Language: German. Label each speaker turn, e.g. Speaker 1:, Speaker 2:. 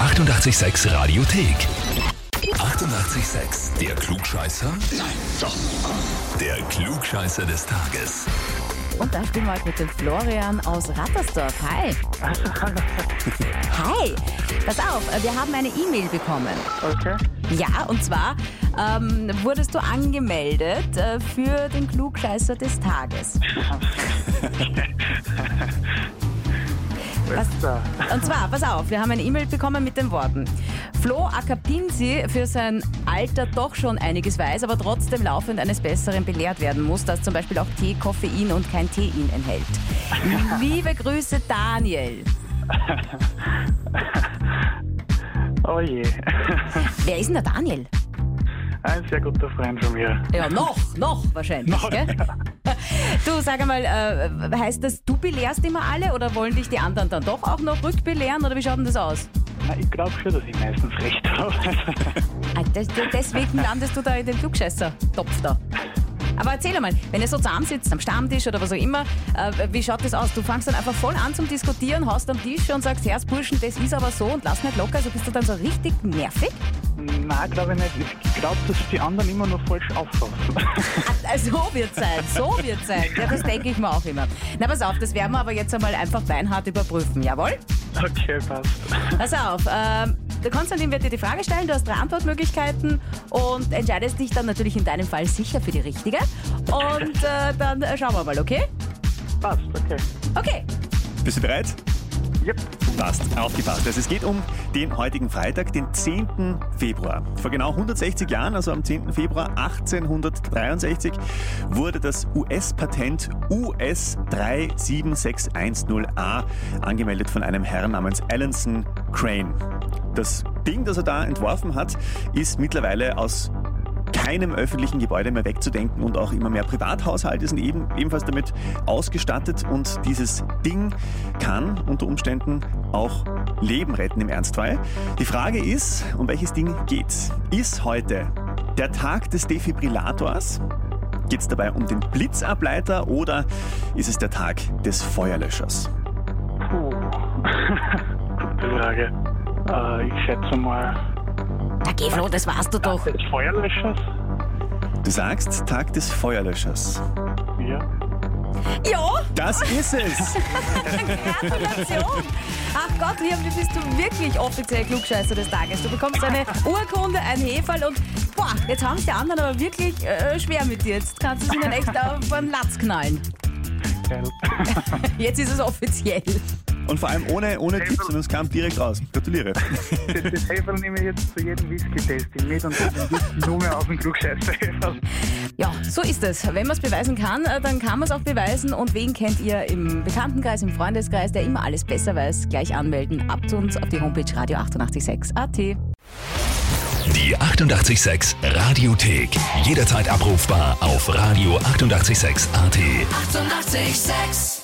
Speaker 1: 886 Radiothek. 88,6. Der Klugscheißer? Nein, doch. Der Klugscheißer des Tages.
Speaker 2: Und da spielen wir heute mit dem Florian aus Rattersdorf. Hi. Hi. Pass auf, äh, wir haben eine E-Mail bekommen.
Speaker 3: Okay.
Speaker 2: Ja, und zwar ähm, wurdest du angemeldet äh, für den Klugscheißer des Tages. Was, und zwar, pass auf, wir haben eine E-Mail bekommen mit den Worten. Flo Akapinsi für sein Alter doch schon einiges weiß, aber trotzdem laufend eines Besseren belehrt werden muss, dass zum Beispiel auch Tee Koffein und kein Tein enthält. Liebe Grüße, Daniel.
Speaker 3: Oh je.
Speaker 2: Wer ist denn der Daniel?
Speaker 3: Ein sehr guter Freund von mir.
Speaker 2: Ja, noch, noch wahrscheinlich,
Speaker 3: Noch,
Speaker 2: gell? Du, sag einmal, äh, heißt das, du belehrst immer alle oder wollen dich die anderen dann doch auch noch rückbelehren oder wie schaut denn das aus?
Speaker 3: Na, ich glaube schon, dass ich meistens recht habe.
Speaker 2: Ah, des- des- Deswegen landest du da in den Klugscheißer-Topf da. Aber erzähl einmal, wenn ihr so zusammensitzt am Stammtisch oder was auch immer, äh, wie schaut das aus? Du fangst dann einfach voll an zum Diskutieren, haust am Tisch und sagst, Herrs Burschen, das ist aber so und lass nicht locker, also bist du dann so richtig nervig?
Speaker 3: Nein, glaube ich nicht. Ich glaube, dass die anderen immer nur falsch auffassen.
Speaker 2: Ah, ah, So wird sein, so wird sein. Ja, das denke ich mir auch immer. Na, pass auf, das werden wir aber jetzt einmal einfach beinhart überprüfen, jawohl?
Speaker 3: Okay, passt.
Speaker 2: Pass auf, ähm, der Konstantin wird dir die Frage stellen, du hast drei Antwortmöglichkeiten und entscheidest dich dann natürlich in deinem Fall sicher für die richtige. Und äh, dann äh, schauen wir mal, okay?
Speaker 3: Passt, okay.
Speaker 2: Okay.
Speaker 4: Bist du bereit?
Speaker 3: Yep.
Speaker 4: Passt, aufgepasst. Also es geht um den heutigen Freitag, den 10. Februar. Vor genau 160 Jahren, also am 10. Februar 1863, wurde das US-Patent US 376110A angemeldet von einem Herrn namens Allenson Crane. Das Ding, das er da entworfen hat, ist mittlerweile aus keinem öffentlichen Gebäude mehr wegzudenken und auch immer mehr Privathaushalte sind eben, ebenfalls damit ausgestattet und dieses Ding kann unter Umständen auch Leben retten im Ernstfall. Die Frage ist, um welches Ding geht's? Ist heute der Tag des Defibrillators? Geht's dabei um den Blitzableiter oder ist es der Tag des Feuerlöschers?
Speaker 3: Puh. Gute Frage. Äh, ich schätze mal,
Speaker 2: Na geh Flo, das warst du doch.
Speaker 3: des Feuerlöschers?
Speaker 4: Du sagst Tag des Feuerlöschers.
Speaker 3: Ja.
Speaker 2: Ja,
Speaker 4: Das ist es!
Speaker 2: Gratulation. Ach Gott, Liam, du bist du wirklich offiziell Klugscheißer des Tages. Du bekommst eine Urkunde, ein Heferl und boah, jetzt haben es die anderen aber wirklich äh, schwer mit dir. Jetzt kannst du es ihnen echt auf den Latz knallen.
Speaker 3: Geil.
Speaker 2: Jetzt ist es offiziell.
Speaker 4: Und vor allem ohne, ohne Tipps, sondern es kam direkt raus. Gratuliere.
Speaker 3: Das- Das Heferl nehme ich jetzt zu jedem Whisky-Testing mit und das ist nur mehr auf den Klugscheißer.
Speaker 2: Ja, so ist es. Wenn man es beweisen kann, äh, dann kann man es auch beweisen. Und wen kennt ihr im Bekanntenkreis, im Freundeskreis, der immer alles besser weiß, gleich anmelden. Ab zu uns auf die Homepage radio 886.at.
Speaker 1: Die 88,6 Radiothek. Jederzeit abrufbar auf radio886.at. 88,6.
Speaker 5: Eighty-eight, sex.